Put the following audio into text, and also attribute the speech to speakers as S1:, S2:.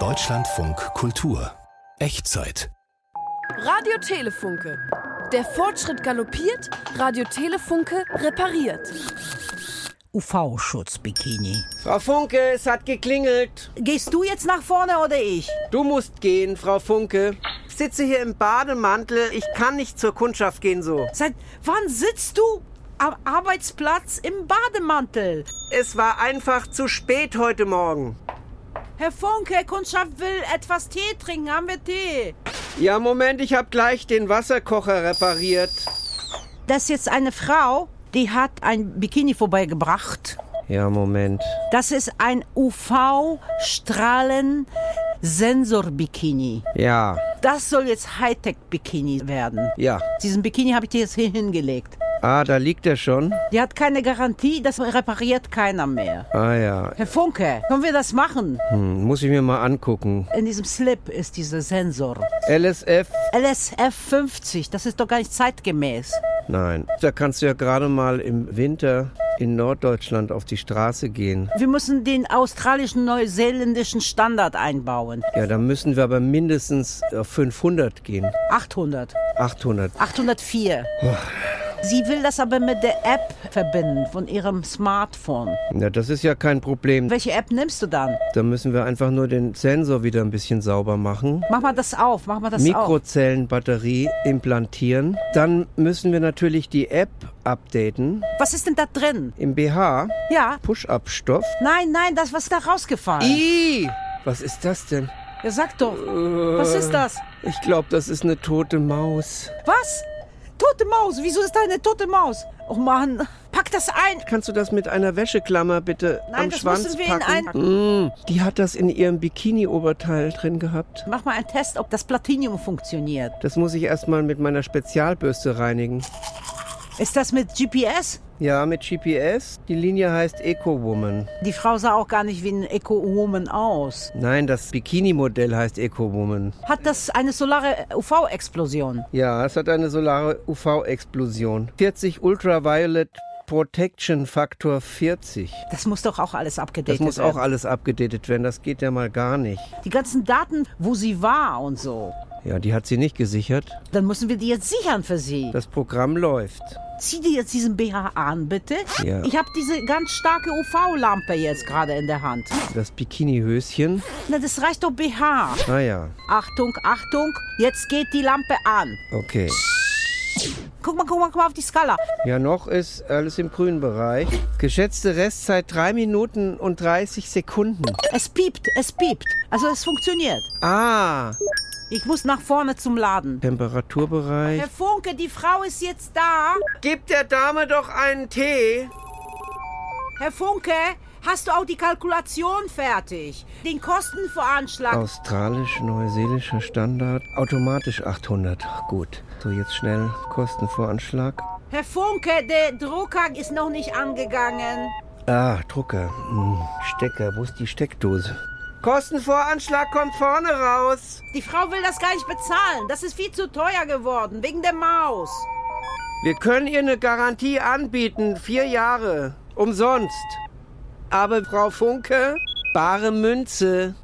S1: Deutschlandfunk Kultur. Echtzeit.
S2: Radio Telefunke. Der Fortschritt galoppiert, Radio Telefunke repariert.
S3: UV-Schutzbikini.
S4: Frau Funke, es hat geklingelt.
S3: Gehst du jetzt nach vorne oder ich?
S4: Du musst gehen, Frau Funke. Ich sitze hier im Bademantel. Ich kann nicht zur Kundschaft gehen so.
S3: Seit wann sitzt du am Arbeitsplatz im Bademantel?
S4: Es war einfach zu spät heute Morgen.
S3: Herr Funke, Kundschaft will etwas Tee trinken. Haben wir Tee?
S4: Ja, Moment, ich hab gleich den Wasserkocher repariert.
S3: Das ist jetzt eine Frau, die hat ein Bikini vorbeigebracht.
S4: Ja, Moment.
S3: Das ist ein UV-Strahlen-Sensor-Bikini.
S4: Ja,
S3: Das soll jetzt Hightech-Bikini werden.
S4: ja.
S3: Diesen Bikini habe ich dir jetzt hier hingelegt.
S4: Ah, da liegt er schon.
S3: Die hat keine Garantie, das repariert keiner mehr.
S4: Ah ja,
S3: Herr Funke, können wir das machen?
S4: hm, muss ich mir mal angucken.
S3: In diesem Slip ist dieser Sensor.
S4: LSF?
S3: LSF 50, das ist doch gar nicht zeitgemäß.
S4: Nein. Da kannst du ja gerade mal im Winter in Norddeutschland auf die Straße gehen.
S3: Wir müssen den australischen, neuseeländischen Standard einbauen.
S4: Ja, da müssen wir aber mindestens auf 500 gehen.
S3: 800,
S4: 800.
S3: 804. Sie will das aber mit der App verbinden von ihrem Smartphone.
S4: Na, das ist ja kein Problem.
S3: Welche App nimmst du dann?
S4: Da müssen wir einfach nur den Sensor wieder ein bisschen sauber machen.
S3: Mach mal das auf, mach mal das auf.
S4: Mikrozellenbatterie implantieren. Dann müssen wir natürlich die App updaten.
S3: Was ist denn da drin?
S4: Im BH
S3: Ja,
S4: Push-Up-Stoff.
S3: nein, nein, das was ist da rausgefallen.
S4: I! Was ist das denn?
S3: Ja, sag doch, was ist das?
S4: Ich glaube, das ist eine tote Maus.
S3: Was? Tote Maus, wieso ist da eine tote Maus? Oh Mann, pack das ein.
S4: Kannst du das mit einer Wäscheklammer bitte
S3: Nein,
S4: am
S3: das
S4: Schwanz
S3: müssen wir in
S4: packen? mm, die hat das in ihrem Bikini-Oberteil drin gehabt.
S3: Mach mal einen Test, ob das Platinium funktioniert.
S4: Das muss ich erstmal mit meiner Spezialbürste reinigen.
S3: Ist das mit GPS?
S4: Ja, mit GPS. Die Linie heißt Eco Woman.
S3: Die Frau sah auch gar nicht wie ein Eco-Woman aus.
S4: Nein, das Bikini-Modell heißt Eco Woman.
S3: Hat das eine solare UV-Explosion?
S4: Ja, es hat eine solare UV-Explosion. 40 Ultraviolet Protection Faktor 40.
S3: Das muss doch auch alles
S4: Das
S3: abgedeckt
S4: muss auch
S3: werden.
S4: alles abgedatet werden. Das geht ja mal gar nicht.
S3: Die ganzen Daten, wo sie war und so.
S4: Ja, die hat sie nicht gesichert.
S3: Dann müssen wir die jetzt sichern für sie.
S4: Das Programm läuft.
S3: Zieh dir jetzt diesen BH an, bitte.
S4: Ja.
S3: Ich habe diese ganz starke UV-Lampe jetzt gerade in der Hand.
S4: Das Bikini-Höschen.
S3: Na, das reicht doch BH.
S4: Ah ja,
S3: Achtung, Achtung, jetzt geht die Lampe an.
S4: okay.
S3: Guck mal, guck mal, guck mal auf die Skala.
S4: Ja, noch ist alles im grünen Bereich. Geschätzte Restzeit 3 Minuten und 30 Sekunden.
S3: Es piept, es piept. Also es funktioniert.
S4: Ah,
S3: Ich muss nach vorne zum Laden.
S4: Temperaturbereich.
S3: Herr Funke, die Frau ist jetzt da.
S4: Gib der Dame doch einen Tee.
S3: Herr Funke, hast du auch die Kalkulation fertig? Den Kostenvoranschlag.
S4: Oh. Australisch-neuseelischer Standard. Automatisch 800. Gut. So, jetzt schnell Kostenvoranschlag.
S3: Herr Funke, der Drucker ist noch nicht angegangen.
S4: Ah, Drucker. Hm, Stecker. Wo ist die Steckdose? Kostenvoranschlag kommt vorne raus.
S3: Die Frau will das gar nicht bezahlen. Das ist viel zu teuer geworden, wegen der Maus.
S4: Wir können ihr eine Garantie anbieten. Vier Jahre. Umsonst. Aber Frau Funke, bare Münze.